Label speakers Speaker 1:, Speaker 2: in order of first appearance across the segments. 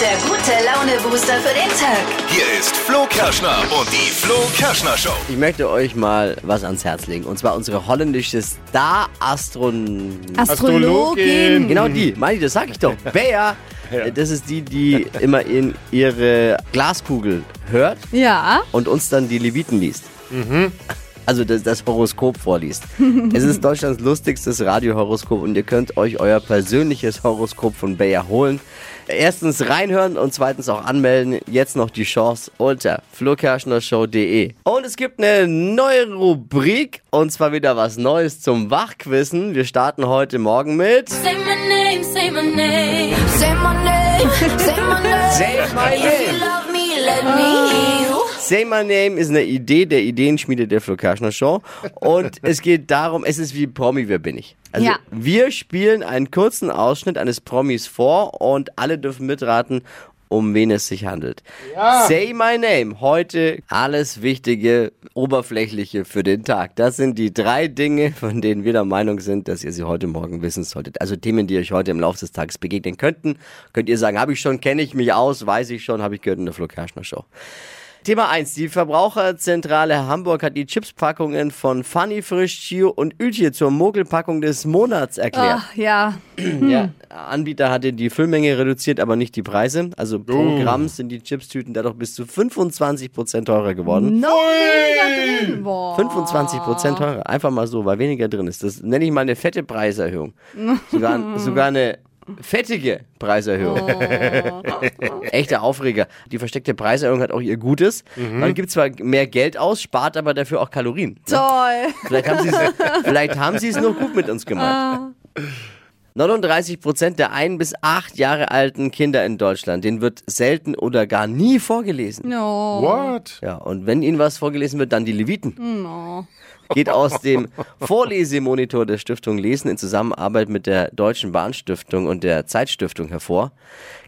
Speaker 1: Der gute Laune-Booster für den Tag.
Speaker 2: Hier ist Flo Kerschner und die Flo Kerschner Show.
Speaker 3: Ich möchte euch mal was ans Herz legen. Und zwar unsere holländische Star-Astron...
Speaker 4: Astrologin.
Speaker 3: Genau die, meine ich, das sag ich doch. Bea, äh, das ist die, die immer in ihre Glaskugel hört
Speaker 4: Ja.
Speaker 3: und uns dann die Leviten liest. Also das, das Horoskop vorliest. es ist Deutschlands lustigstes Radiohoroskop und ihr könnt euch euer persönliches Horoskop von Bayer holen. Erstens reinhören und zweitens auch anmelden. Jetzt noch die Chance unter flokerschnershow.de. Und es gibt eine neue Rubrik und zwar wieder was Neues zum Wachquissen. Wir starten heute Morgen mit...
Speaker 5: Say my name, say my name.
Speaker 1: Say my name, say my name.
Speaker 3: Say my
Speaker 5: If you love me, let me you.
Speaker 3: Say My Name ist eine Idee der Ideenschmiede der Flo Kerschner Show. Und es geht darum, es ist wie Promi, wer bin ich? Also
Speaker 4: Ja.
Speaker 3: wir spielen einen kurzen Ausschnitt eines Promis vor und alle dürfen mitraten, um wen es sich handelt. Say My Name, heute alles Wichtige, Oberflächliche für den Tag. Das sind die drei Dinge, von denen wir der Meinung sind, dass ihr sie heute Morgen wissen solltet. Also Themen, die euch heute im Laufe des Tages begegnen könnten. Könnt ihr sagen, habe ich schon, kenne ich mich aus, weiß ich schon, habe ich gehört in der Flo Kerschner Show. Thema 1. Die Verbraucherzentrale Hamburg hat die Chipspackungen von Funny Frisch, Chio und Ütje zur Mogelpackung des Monats erklärt.
Speaker 6: Ah,
Speaker 4: Ach, ja.
Speaker 3: Der Anbieter hatte die Füllmenge reduziert, aber nicht die Preise. Also pro Gramm sind die Chipstüten dadurch bis zu 25% teurer geworden.
Speaker 4: Noch weniger drin. Boah.
Speaker 3: 25% teurer. Einfach mal so, weil weniger drin ist. Das nenne ich mal eine fette Preiserhöhung. Sogar, sogar eine fettige Preiserhöhung.
Speaker 4: Oh,
Speaker 3: Echter Aufreger. Die versteckte Preiserhöhung hat auch ihr Gutes. Man gibt zwar mehr Geld aus, spart aber dafür auch Kalorien. ne?
Speaker 4: Toll.
Speaker 3: Vielleicht haben sie's- vielleicht haben sie es noch gut mit uns gemacht.
Speaker 4: Ah.
Speaker 3: 39 Prozent der ein bis acht Jahre alten Kinder in Deutschland, denen wird selten oder gar nie vorgelesen.
Speaker 4: No.
Speaker 7: What?
Speaker 3: Ja, und wenn ihnen was vorgelesen wird, dann die Leviten. Geht aus dem Vorlesemonitor der Stiftung Lesen in Zusammenarbeit mit der Deutschen Bahnstiftung und der Zeitstiftung hervor.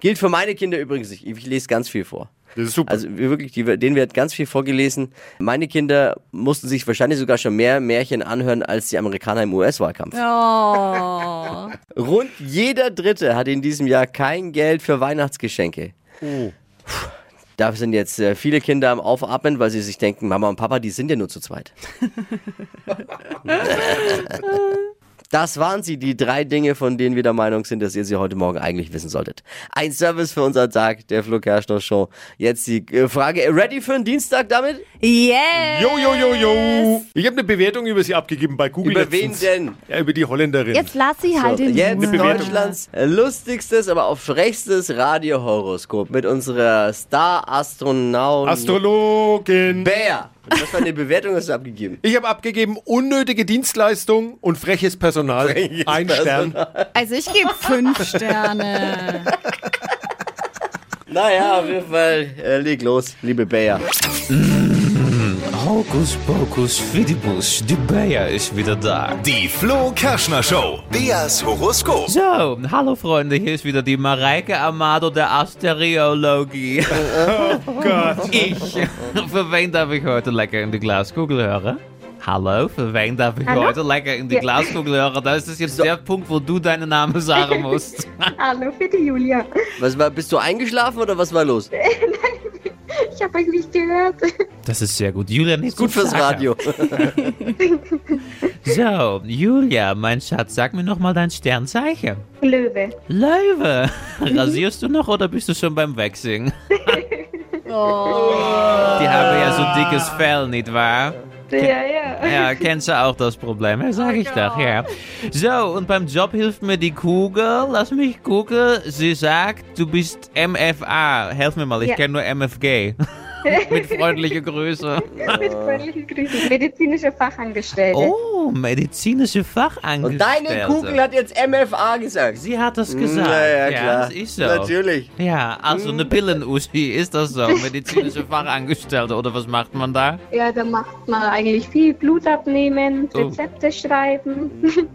Speaker 3: Gilt für meine Kinder übrigens nicht. Ich lese ganz viel vor.
Speaker 7: Das ist super.
Speaker 3: Also wir wirklich, die, denen wird ganz viel vorgelesen. Meine Kinder mussten sich wahrscheinlich sogar schon mehr Märchen anhören als die Amerikaner im US-Wahlkampf.
Speaker 4: Oh.
Speaker 3: Rund jeder Dritte hat in diesem Jahr kein Geld für Weihnachtsgeschenke.
Speaker 7: Oh.
Speaker 3: Puh, Da sind jetzt äh, viele Kinder am Aufatmen, weil sie sich denken, Mama und Papa, die sind ja nur zu zweit. Das waren sie, die drei Dinge, von denen wir der Meinung sind, dass ihr sie heute Morgen eigentlich wissen solltet. Ein Service für unseren Tag, der Flo Kerschner Show. Jetzt die äh, Frage, ready für den Dienstag damit?
Speaker 4: Yes.
Speaker 7: Yo, yo, yo, yo. Ich habe eine Bewertung über sie abgegeben bei Google.
Speaker 3: Über wen
Speaker 7: letztens.
Speaker 3: denn?
Speaker 7: Ja, über die Holländerin.
Speaker 4: Jetzt lass sie halt in
Speaker 3: Jetzt
Speaker 4: Ruhe.
Speaker 7: Bewertung.
Speaker 3: Deutschlands äh, lustigstes, aber auch frechstes Radiohoroskop mit unserer Star-Astronautin
Speaker 7: Astrologin.
Speaker 3: Bär. Was für eine Bewertung hast du abgegeben?
Speaker 7: Ich habe abgegeben unnötige Dienstleistung und freches Personal. Ein Stern.
Speaker 4: Also ich gebe fünf Sterne.
Speaker 3: Naja, auf jeden Fall, äh, leg los, liebe Bär.
Speaker 8: Hocus pocus fidibus, die Bea ist wieder da.
Speaker 2: Die Flo Kerschner Show. Beas Horoskop.
Speaker 8: So, hallo Freunde, hier ist wieder die Mareike Amado der Asteriologie.
Speaker 7: Gott.
Speaker 8: Ich, für wen darf ich heute lecker in die Glaskugel hören? Hallo, für wen darf ich heute lecker in die Glaskugel hören? Da ist es jetzt der Punkt, wo du deinen Namen sagen musst.
Speaker 9: Hallo, bitte Julia.
Speaker 3: Was war, bist du eingeschlafen oder was war los?
Speaker 9: Ich habe euch nicht gehört.
Speaker 8: Das ist sehr gut. Julia, nicht
Speaker 3: Gut
Speaker 8: so
Speaker 3: fürs
Speaker 8: sagen.
Speaker 3: Radio.
Speaker 8: So, Julia, mein Schatz, sag mir nochmal dein Sternzeichen.
Speaker 9: Löwe.
Speaker 8: Löwe,
Speaker 3: Mhm.
Speaker 8: rasierst du noch oder bist du schon beim Waxing?
Speaker 3: Oh.
Speaker 8: Die haben ja so dickes Fell, nicht wahr?
Speaker 9: Ja, ja.
Speaker 8: Ja, kennst du auch das Problem, ja, sag ich doch, ja. So, und beim Job hilft mir die Kugel, lass mich gucken, sie sagt, du bist MFA, helf mir mal, ich
Speaker 9: Ja.
Speaker 8: kenne nur MFG. Mit freundlicher Grüße.
Speaker 9: Mit freundlichen Grüßen. Medizinische Fachangestellte.
Speaker 8: Oh, medizinische
Speaker 3: Und
Speaker 8: Fachangestellte.
Speaker 3: deine Kugel hat jetzt MFA gesagt.
Speaker 8: Sie hat das gesagt.
Speaker 3: Naja, klar.
Speaker 8: Ja, das ist so.
Speaker 3: Natürlich.
Speaker 8: Ja, also eine Pillen-Uschi, ist das so? Medizinische Fachangestellte, oder was macht man da?
Speaker 9: Ja, da macht man eigentlich viel Blut abnehmen,
Speaker 8: Oh.
Speaker 9: Rezepte schreiben.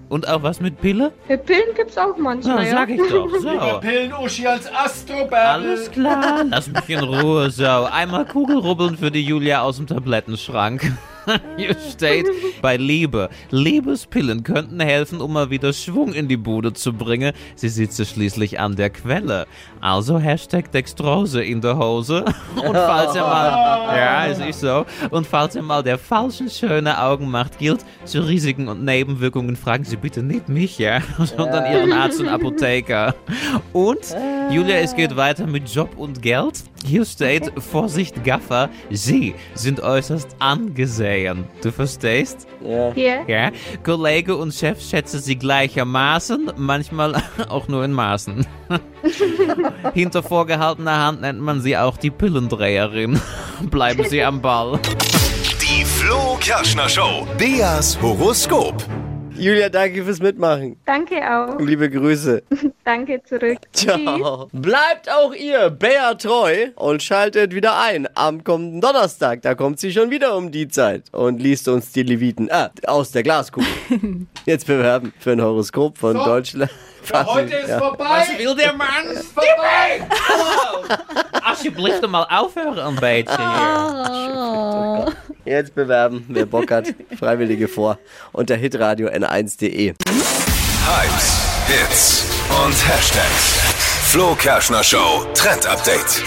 Speaker 8: Und auch was mit Pille?
Speaker 9: Pillen gibt's auch
Speaker 8: Ja,
Speaker 9: manchmal.
Speaker 8: Ah, sag ich doch. So.
Speaker 7: Pillen-Uschi als
Speaker 8: Alles
Speaker 7: Astrobabel.
Speaker 8: klar, lass mich in Ruhe. So, einmal Kugelrubbeln für die Julia aus dem Tablettenschrank. Hier steht bei Liebe. Liebespillen könnten helfen, um mal wieder Schwung in die Bude zu bringen. Sie sitze schließlich an der Quelle. Also Hashtag Dextrose in der Hose. Und falls ihr mal, ja, es ist so. Und falls ihr mal der falschen schöne Augenmacht gilt, zu Risiken und Nebenwirkungen fragen Sie bitte nicht mich, ja, sondern Ihren Arzt und Apotheker. Und Julia, es geht weiter mit Job und Geld. Hier steht, Vorsicht Gaffer, Sie sind äußerst angesehen. Du verstehst?
Speaker 9: Hier.
Speaker 8: Ja. Kollege und Chef schätzen Sie gleichermaßen, manchmal auch nur in Maßen. Hinter vorgehaltener Hand nennt man sie auch die Pillendreherin. Bleiben Sie am Ball.
Speaker 2: Die Flo Kerschner Show. Beas Horoskop.
Speaker 3: Julia, danke fürs Mitmachen.
Speaker 9: Danke auch.
Speaker 3: Liebe Grüße.
Speaker 9: Danke zurück. Tschüss.
Speaker 3: Ciao. Bleibt auch ihr Bea treu und schaltet wieder ein am kommenden Donnerstag. Da kommt sie schon wieder um die Zeit und liest uns die Leviten ah, aus der Glaskugel. Jetzt bewerben für ein Horoskop von Deutschland.
Speaker 7: Heute ist
Speaker 3: Ja.
Speaker 7: vorbei. Was
Speaker 8: will der Mann?
Speaker 7: vorbei.
Speaker 8: Alsjeblieft mal aufhören ein bisschen hier.
Speaker 3: Jetzt bewerben, wer Bock hat, Freiwillige vor unter hitradio n1.de.
Speaker 2: Hypes, Hits und Hashtags. Flo Kerschner Show Trend Update.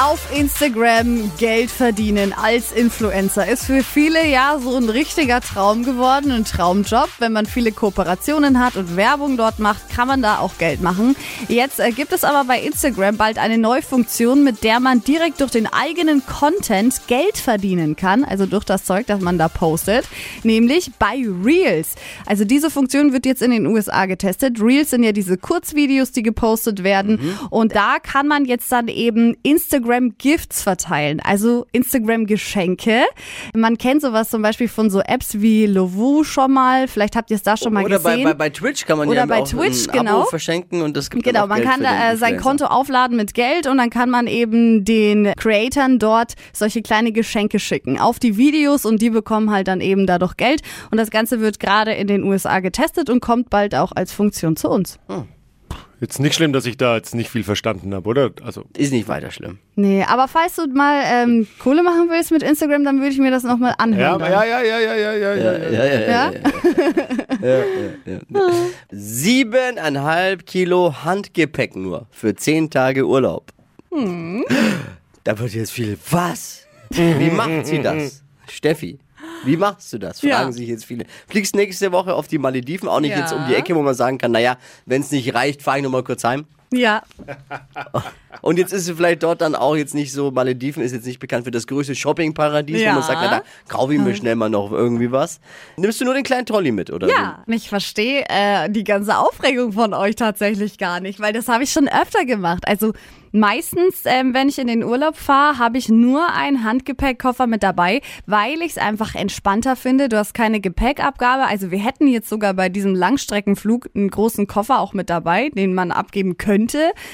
Speaker 4: Auf Instagram Geld verdienen als Influencer ist für viele ja so ein richtiger Traum geworden, ein Traumjob. Wenn man viele Kooperationen hat und Werbung dort macht, kann man da auch Geld machen. Jetzt äh, gibt es aber bei Instagram bald eine neue Funktion, mit der man direkt durch den eigenen Content Geld verdienen kann, also durch das Zeug, das man da postet, nämlich bei Reels. Also diese Funktion wird jetzt in den USA getestet. Reels sind ja diese Kurzvideos, die gepostet werden.
Speaker 3: Mhm.
Speaker 4: Und da kann man jetzt dann eben Instagram-Gifts verteilen, also Instagram-Geschenke. Man kennt sowas zum Beispiel von so Apps wie Lovoo schon mal. Vielleicht habt ihr es da schon mal
Speaker 3: Oder bei,
Speaker 4: gesehen.
Speaker 3: bei, bei Twitch kann man
Speaker 4: Oder
Speaker 3: ja
Speaker 4: bei
Speaker 3: auch
Speaker 4: Twitch,
Speaker 3: ein
Speaker 4: genau.
Speaker 3: Abo verschenken und das gibt dann
Speaker 4: Genau,
Speaker 3: auch
Speaker 4: man
Speaker 3: Geld
Speaker 4: kann
Speaker 3: für
Speaker 4: da,
Speaker 3: den
Speaker 4: äh, sein
Speaker 3: Influencer.
Speaker 4: Konto aufladen mit Geld und dann kann man eben den Creatern dort solche kleine Geschenke schicken auf die Videos und die bekommen halt dann eben dadurch Geld. Und das Ganze wird gerade in den USA getestet und kommt bald auch als Funktion zu uns.
Speaker 7: Jetzt nicht schlimm, dass ich da jetzt nicht viel verstanden habe, oder? Also,
Speaker 3: Ist nicht weiter schlimm.
Speaker 4: Nee, aber falls du mal ähm, Kohle machen willst mit Instagram, dann würde ich mir das nochmal
Speaker 7: ja,
Speaker 4: anhören.
Speaker 7: aber ja, Äh. ja, ja, ja, ja, ja, ja.
Speaker 3: Ja, ja, ja.
Speaker 4: Ja?
Speaker 3: Siebeneinhalb Kilo Handgepäck nur für zehn Tage Urlaub.
Speaker 4: Hm.
Speaker 3: Da wird jetzt viel, was? Wie macht sie das? Steffi, wie machst du das? Fragen
Speaker 4: Ja.
Speaker 3: sich jetzt viele. Fliegst nächste Woche auf die Malediven, auch nicht
Speaker 4: Ja.
Speaker 3: jetzt um die Ecke, wo man sagen kann, naja, wenn es nicht reicht, fahre ich nochmal kurz heim.
Speaker 4: ja.
Speaker 3: Und jetzt ist sie vielleicht dort dann auch jetzt nicht so, Malediven ist jetzt nicht bekannt für das größte Shoppingparadies, wo
Speaker 4: Ja. Hm.
Speaker 3: man sagt, na, da kaufe ich mir schnell mal noch irgendwie was. Nimmst du nur den kleinen Trolley mit, oder?
Speaker 4: Ja, und ich verstehe äh, die ganze Aufregung von euch tatsächlich gar nicht, weil das habe ich schon öfter gemacht. Also meistens, ähm, wenn ich in den Urlaub fahre, habe ich nur einen Handgepäckkoffer mit dabei, weil ich es einfach entspannter finde. Du hast keine Gepäckabgabe. Also wir hätten jetzt sogar bei diesem Langstreckenflug einen großen Koffer auch mit dabei, den man abgeben könnte.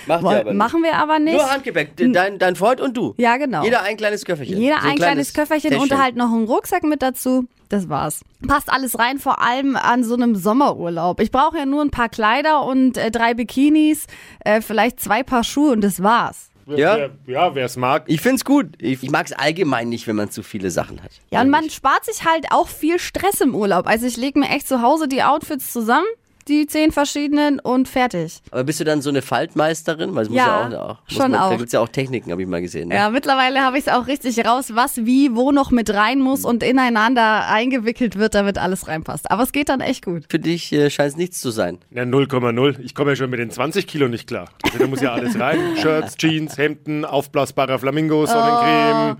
Speaker 3: Macht ihr
Speaker 4: Woll-
Speaker 3: aber nicht.
Speaker 4: Machen wir aber nicht.
Speaker 3: Nur Handgepäck, de- dein, dein Freund und du.
Speaker 4: Ja, genau.
Speaker 3: Jeder ein kleines Köfferchen.
Speaker 4: Jeder
Speaker 3: So
Speaker 4: ein kleines, Köfferchen und
Speaker 3: Täschchen.
Speaker 4: halt noch einen Rucksack mit dazu. Das war's. Passt alles rein, vor allem an so einem Sommerurlaub. Ich brauche ja nur ein paar Kleider und äh, drei Bikinis, äh, vielleicht zwei Paar Schuhe und das war's.
Speaker 3: Ja?
Speaker 7: ja wer es mag.
Speaker 3: Ich find's gut. Ich, ich mag's allgemein nicht, wenn man zu viele Sachen hat.
Speaker 4: Ja, und man spart sich halt auch viel Stress im Urlaub. Also ich lege mir echt zu Hause die Outfits zusammen, die zehn verschiedenen und fertig.
Speaker 3: Aber bist du dann so eine Faltmeisterin? Weil es
Speaker 4: Ja,
Speaker 3: muss ja auch, auch muss
Speaker 4: schon
Speaker 3: man, Da
Speaker 4: auch.
Speaker 3: gibt's ja auch Techniken, habe ich mal gesehen. Ne?
Speaker 4: Ja, mittlerweile habe ich es auch richtig raus, was wie wo noch mit rein muss und ineinander eingewickelt wird, damit alles reinpasst. Aber es geht dann echt gut.
Speaker 3: Für dich äh, scheint's nichts zu sein.
Speaker 7: Na, 0,0. Ich komme ja schon mit den 20 Kilo nicht klar. Also, da muss ja alles rein. Shirts, Jeans, Hemden, aufblasbarer Flamingo, Sonnencreme,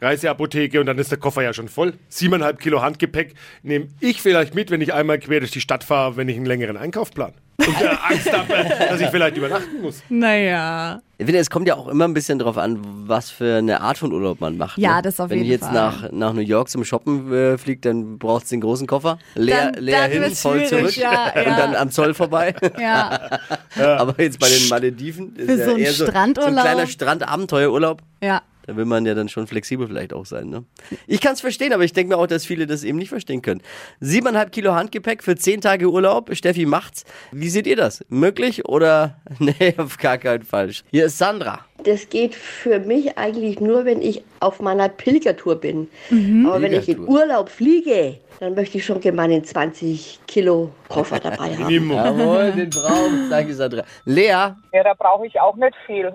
Speaker 7: Reiseapotheke und dann ist der Koffer ja schon voll. Siebeneinhalb Kilo Handgepäck nehme ich vielleicht mit, wenn ich einmal quer durch die Stadt fahre, wenn ich einen längeren Einkauf plan. Und der Angst habe, dass ich vielleicht übernachten muss.
Speaker 4: Naja.
Speaker 3: Ich finde, Es kommt ja auch immer ein bisschen drauf an, was für eine Art von Urlaub man macht.
Speaker 4: Ja,
Speaker 3: ne?
Speaker 4: das auf
Speaker 3: Wenn
Speaker 4: jeden
Speaker 3: ihr jetzt
Speaker 4: Fall.
Speaker 3: nach, nach New York zum Shoppen äh, fliegt, dann braucht's den großen Koffer. Leer,
Speaker 4: Dann-
Speaker 3: leer
Speaker 4: dann
Speaker 3: hin,
Speaker 4: wird's
Speaker 3: voll
Speaker 4: schwierig,
Speaker 3: zurück.
Speaker 4: ja,
Speaker 3: Und
Speaker 4: ja.
Speaker 3: dann am Zoll vorbei.
Speaker 4: Ja,
Speaker 3: Aber jetzt bei den Malediven ist
Speaker 4: Für
Speaker 3: ja
Speaker 4: so einen
Speaker 3: eher so, so ein
Speaker 4: Strandurlaub.
Speaker 3: kleiner Strandabenteuerurlaub.
Speaker 4: ja.
Speaker 3: Da will man ja dann schon flexibel vielleicht auch sein, ne? Ich kann es verstehen, aber ich denke mir auch, dass viele das eben nicht verstehen können. Siebeneinhalb Kilo Handgepäck für zehn Tage Urlaub. Steffi macht's. Wie seht ihr das? Möglich oder nee, auf gar keinen Fall. Hier ist Sandra.
Speaker 6: das geht für mich eigentlich nur, wenn ich auf meiner Pilgertour bin.
Speaker 4: Mhm.
Speaker 6: Aber wenn ich in
Speaker 3: Pilgertour.
Speaker 6: Urlaub fliege, dann möchte ich schon gerne meinen 20 Kilo Koffer dabei haben.
Speaker 7: Nimo.
Speaker 3: Jawohl, den Traum. Danke, Sandra. Lea,
Speaker 10: Ja, da brauche ich auch nicht viel.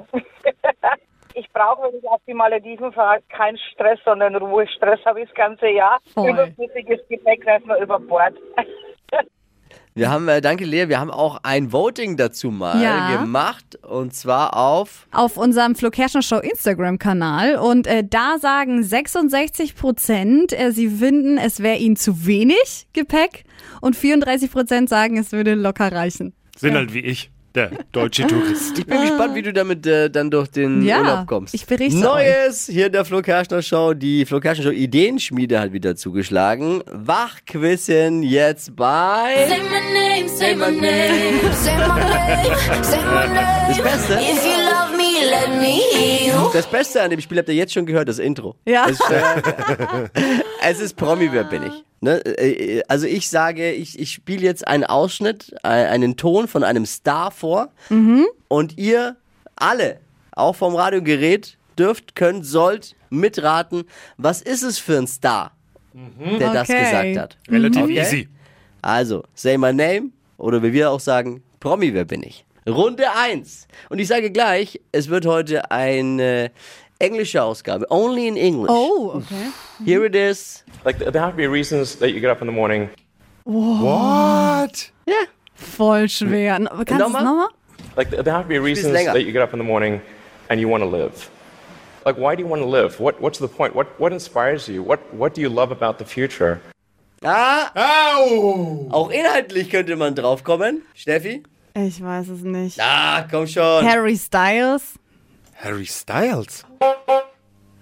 Speaker 10: Ich brauche, wenn ich auf die Malediven fahre, keinen Stress, sondern Ruhe. Stress habe ich das ganze Jahr.
Speaker 4: Voll.
Speaker 10: Überflüssiges Gepäck lässt man über Bord.
Speaker 3: wir haben, äh, danke Lea, wir haben auch ein Voting dazu mal
Speaker 4: Ja.
Speaker 3: gemacht. Und zwar auf
Speaker 4: auf unserem Flo Kerschner Show Instagram-Kanal und äh, da sagen 66 Prozent, äh, sie finden, es wäre ihnen zu wenig Gepäck und 34 Prozent sagen, es würde locker reichen.
Speaker 7: Sind halt wie ich, der deutsche Tourist.
Speaker 3: Ich bin gespannt, wie du damit äh, dann durch den
Speaker 4: Ah. Ja,
Speaker 3: Urlaub kommst.
Speaker 4: ich berichte
Speaker 3: Neues hier in der Flo Kerschner Show. Die Flo Kerschner Show Ideenschmiede hat wieder zugeschlagen. Wachquissen jetzt bei
Speaker 5: Say my name, say my name.
Speaker 1: Say my name, say my name.
Speaker 3: das Beste.
Speaker 5: If you love me, let me hear you.
Speaker 3: Das Beste an dem Spiel habt ihr jetzt schon gehört, das Intro.
Speaker 4: Ja.
Speaker 3: Es, ist, äh, es ist Promi, wer bin ich? Ne? äh, äh, Also ich sage, ich, ich spiele jetzt einen Ausschnitt, äh, einen Ton von einem Star vor
Speaker 4: Mhm.
Speaker 3: und ihr alle, auch vom Radiogerät, dürft, könnt, sollt mitraten, was ist es für ein Star, der das
Speaker 4: Okay.
Speaker 3: gesagt hat.
Speaker 7: Relativ
Speaker 3: Okay.
Speaker 7: easy.
Speaker 3: Also, say my name oder wie wir auch sagen, Promi, wer bin ich? Runde 1. Und ich sage gleich, es wird heute eine englische Ausgabe. Only in English.
Speaker 4: Oh, okay.
Speaker 3: Here it is.
Speaker 11: Like th- there have to be reasons that you get up in the morning.
Speaker 7: What?
Speaker 3: Ja.
Speaker 4: Voll schwer. No- Kannst du es
Speaker 3: Hm. Nochmal?
Speaker 4: nochmal?
Speaker 11: Like th- there have to be reasons
Speaker 3: länger.
Speaker 11: that you get up in the morning and you want to live. Like why do you want to live? What what's the point? What what inspires you? What what do you love about the future?
Speaker 3: Ah,
Speaker 7: Au!
Speaker 3: auch inhaltlich könnte man draufkommen. Steffi?
Speaker 4: Ich weiß es nicht.
Speaker 3: Ah, komm schon.
Speaker 4: Harry Styles?
Speaker 7: Harry Styles.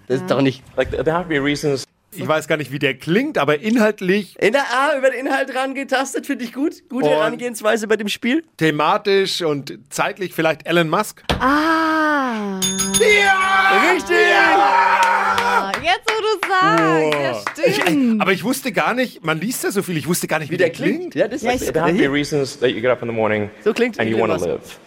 Speaker 3: Das ist doch nicht.
Speaker 11: Like th- there have to be reasons
Speaker 7: Ich weiß gar nicht, wie der klingt, aber inhaltlich,
Speaker 3: In der A über den Inhalt rangetastet, finde ich gut. Gute
Speaker 7: Und-
Speaker 3: Herangehensweise bei dem Spiel.
Speaker 7: thematisch und zeitlich vielleicht Elon Musk.
Speaker 4: Ah.
Speaker 3: Richtig!
Speaker 4: Ah, Jetzt, wo du sagst. Ja,
Speaker 7: Ich,
Speaker 4: stimmt.
Speaker 7: aber ich wusste gar nicht, man liest ja so viel, ich wusste gar nicht, wie,
Speaker 3: Wie der klingt. Ja, das
Speaker 11: like, there have to be reasons that you get up in the morning
Speaker 3: So klingt
Speaker 11: and you
Speaker 3: Elon
Speaker 11: want to
Speaker 3: Musk.
Speaker 11: live.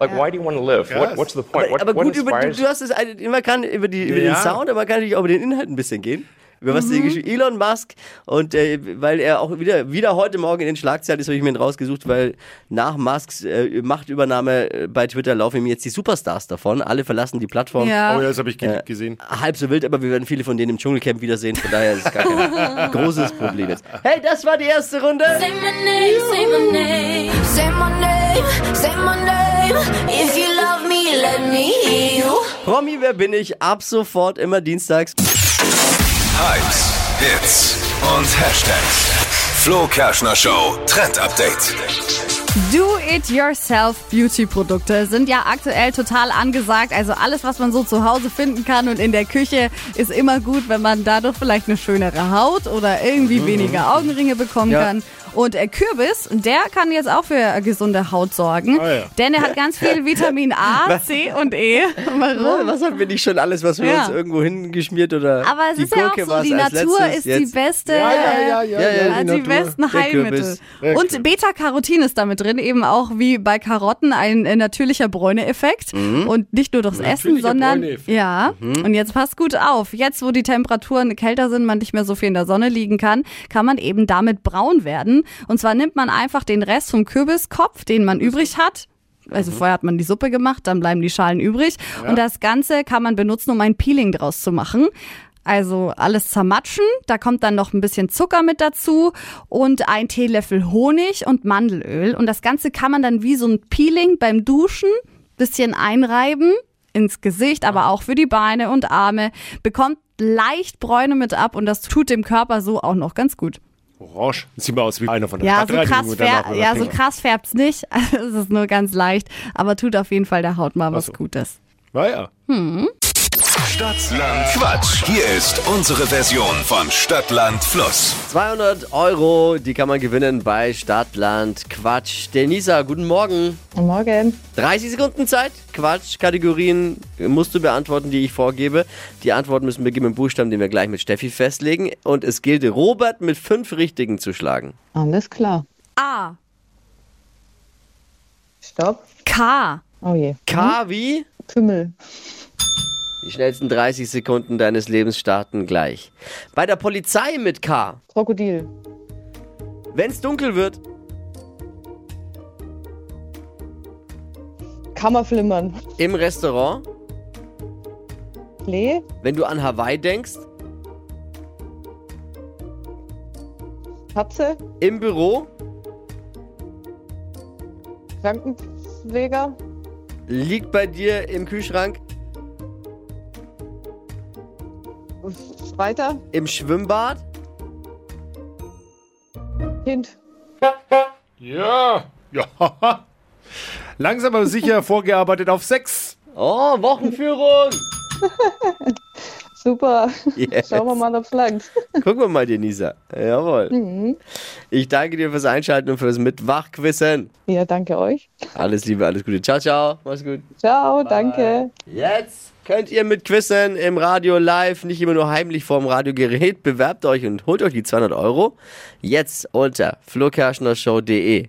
Speaker 11: Like why do you want to live?
Speaker 7: Yes.
Speaker 11: What what's the point?
Speaker 3: aber
Speaker 11: What, what
Speaker 3: gut, über, du,
Speaker 11: inspires
Speaker 3: du hast es, ein- man kann über, die, über den
Speaker 7: Ja.
Speaker 3: Sound, aber man kann natürlich auch über den Inhalt ein bisschen gehen. Über was die geschrieben Elon Musk und äh, weil er auch wieder, wieder heute Morgen in den Schlagzeilen ist, habe ich mir ihn rausgesucht, weil nach Musks äh, Machtübernahme äh, bei Twitter laufen ihm jetzt die Superstars davon. Alle verlassen die Plattform.
Speaker 7: Oh
Speaker 4: ja.
Speaker 7: ja, das habe ich ge gesehen.
Speaker 3: Halb so wild, aber wir werden viele von denen im Dschungelcamp wiedersehen. Von daher ist es gar kein großes Problem jetzt. Hey, das war die erste Runde.
Speaker 5: Say my name, say my name.
Speaker 1: Say my name, say my name. If you love me, let me hear you.
Speaker 3: Promi, wer bin ich? Ab sofort immer dienstags.
Speaker 2: Hypes, Hits und Hashtags. Flo Kerschner Show Trend Update.
Speaker 4: Do-it-yourself-Beauty-Produkte sind ja aktuell total angesagt. Also alles, was man so zu Hause finden kann und in der Küche, ist immer gut, wenn man dadurch vielleicht eine schönere Haut oder irgendwie
Speaker 7: Mhm.
Speaker 4: weniger Augenringe bekommen
Speaker 3: Ja.
Speaker 4: kann. Und äh, Kürbis, der kann jetzt auch für äh, gesunde Haut sorgen,
Speaker 7: Ah, ja.
Speaker 4: denn er hat ganz viel Vitamin A, C und E. Warum?
Speaker 3: Was haben wir nicht schon alles, was wir
Speaker 4: Ja.
Speaker 3: uns irgendwo hingeschmiert oder
Speaker 4: Aber es
Speaker 3: die
Speaker 4: ist
Speaker 3: Gurke
Speaker 4: ja auch so,
Speaker 3: war's
Speaker 4: die
Speaker 3: als
Speaker 4: Natur
Speaker 3: letztes
Speaker 4: ist
Speaker 3: jetzt.
Speaker 4: die beste.
Speaker 7: ja, ja, ja,
Speaker 3: ja, ja,
Speaker 4: äh,
Speaker 7: die
Speaker 4: die,
Speaker 7: Natur.
Speaker 4: besten
Speaker 3: Der
Speaker 4: Heilmittel.
Speaker 3: Kürbis.
Speaker 4: Und Beta-Carotin ist damit drin, eben auch wie bei Karotten ein äh, natürlicher Bräuneeffekt. Und nicht nur durchs Essen,
Speaker 7: Mhm. Natürlicher
Speaker 4: sondern.
Speaker 7: Bräuneeffekt. Mhm.
Speaker 4: Ja, und jetzt passt gut auf. Jetzt, wo die Temperaturen kälter sind, man nicht mehr so viel in der Sonne liegen kann, kann man eben damit braun werden. Und zwar nimmt man einfach den Rest vom Kürbiskopf, den man
Speaker 7: Mhm.
Speaker 4: übrig hat. Also vorher hat man die Suppe gemacht, dann bleiben die Schalen übrig. Und das Ganze kann man benutzen, um ein Peeling draus zu machen. Also alles zermatschen, da kommt dann noch ein bisschen Zucker mit dazu und ein Teelöffel Honig und Mandelöl. Und das Ganze kann man dann wie so ein Peeling beim Duschen bisschen einreiben ins Gesicht, aber auch für die Beine und Arme. Bekommt leicht Bräune mit ab und das tut dem Körper so auch noch ganz gut.
Speaker 7: Orange. Sieht mal aus wie einer von der
Speaker 4: Ja, so
Speaker 7: Stadtreinigung
Speaker 4: krass,
Speaker 7: und danach
Speaker 4: fär ja, so
Speaker 7: überpinkt.
Speaker 4: krass färbt's nicht. Also es ist nur ganz leicht, aber tut auf jeden Fall der Haut mal was
Speaker 7: so.
Speaker 4: Gutes.
Speaker 7: Ah, ja.
Speaker 2: Stadtland Quatsch. Hier ist unsere Version von Stadtland Fluss.
Speaker 3: 200 Euro, die kann man gewinnen bei Stadtland Quatsch. Denisa, guten Morgen.
Speaker 9: Guten Morgen.
Speaker 3: 30 Sekunden Zeit. Quatsch, Kategorien musst du beantworten, die ich vorgebe. Die Antworten müssen beginnen mit dem Buchstaben, den wir gleich mit Steffi festlegen. Und es gilt, Robert mit fünf Richtigen zu schlagen.
Speaker 9: Alles klar.
Speaker 4: A.
Speaker 9: Stopp.
Speaker 4: K.
Speaker 3: Oh je.
Speaker 4: Hm?
Speaker 3: K wie? Kümmel. Die schnellsten 30 Sekunden deines Lebens starten gleich. Bei der Polizei mit K.
Speaker 9: Krokodil.
Speaker 3: Wenn's dunkel wird.
Speaker 9: Kammerflimmern.
Speaker 3: Im Restaurant.
Speaker 9: Lee.
Speaker 3: Wenn du an Hawaii denkst.
Speaker 9: Katze.
Speaker 3: Im Büro.
Speaker 9: Krankenpfleger.
Speaker 3: Liegt bei dir im Kühlschrank.
Speaker 9: Weiter.
Speaker 3: Im Schwimmbad.
Speaker 9: Kind.
Speaker 7: Ja. Ja. Langsam aber sicher vorgearbeitet auf sechs.
Speaker 3: Oh, Wochenführung.
Speaker 9: Super.
Speaker 3: Yes.
Speaker 9: Schauen wir mal, ob's langt.
Speaker 3: Gucken wir mal, Denisa. Jawohl.
Speaker 9: Mhm.
Speaker 3: Ich danke dir fürs Einschalten und fürs Mitwachquissen.
Speaker 9: Ja, danke euch.
Speaker 3: Alles Liebe, alles Gute. Ciao, ciao. Mach's gut.
Speaker 9: Ciao, danke.
Speaker 3: Jetzt könnt ihr mit Quizzen im Radio live, nicht immer nur heimlich vorm Radiogerät, bewerbt euch und holt euch die 200 Euro. Jetzt unter flokerschnershow.de.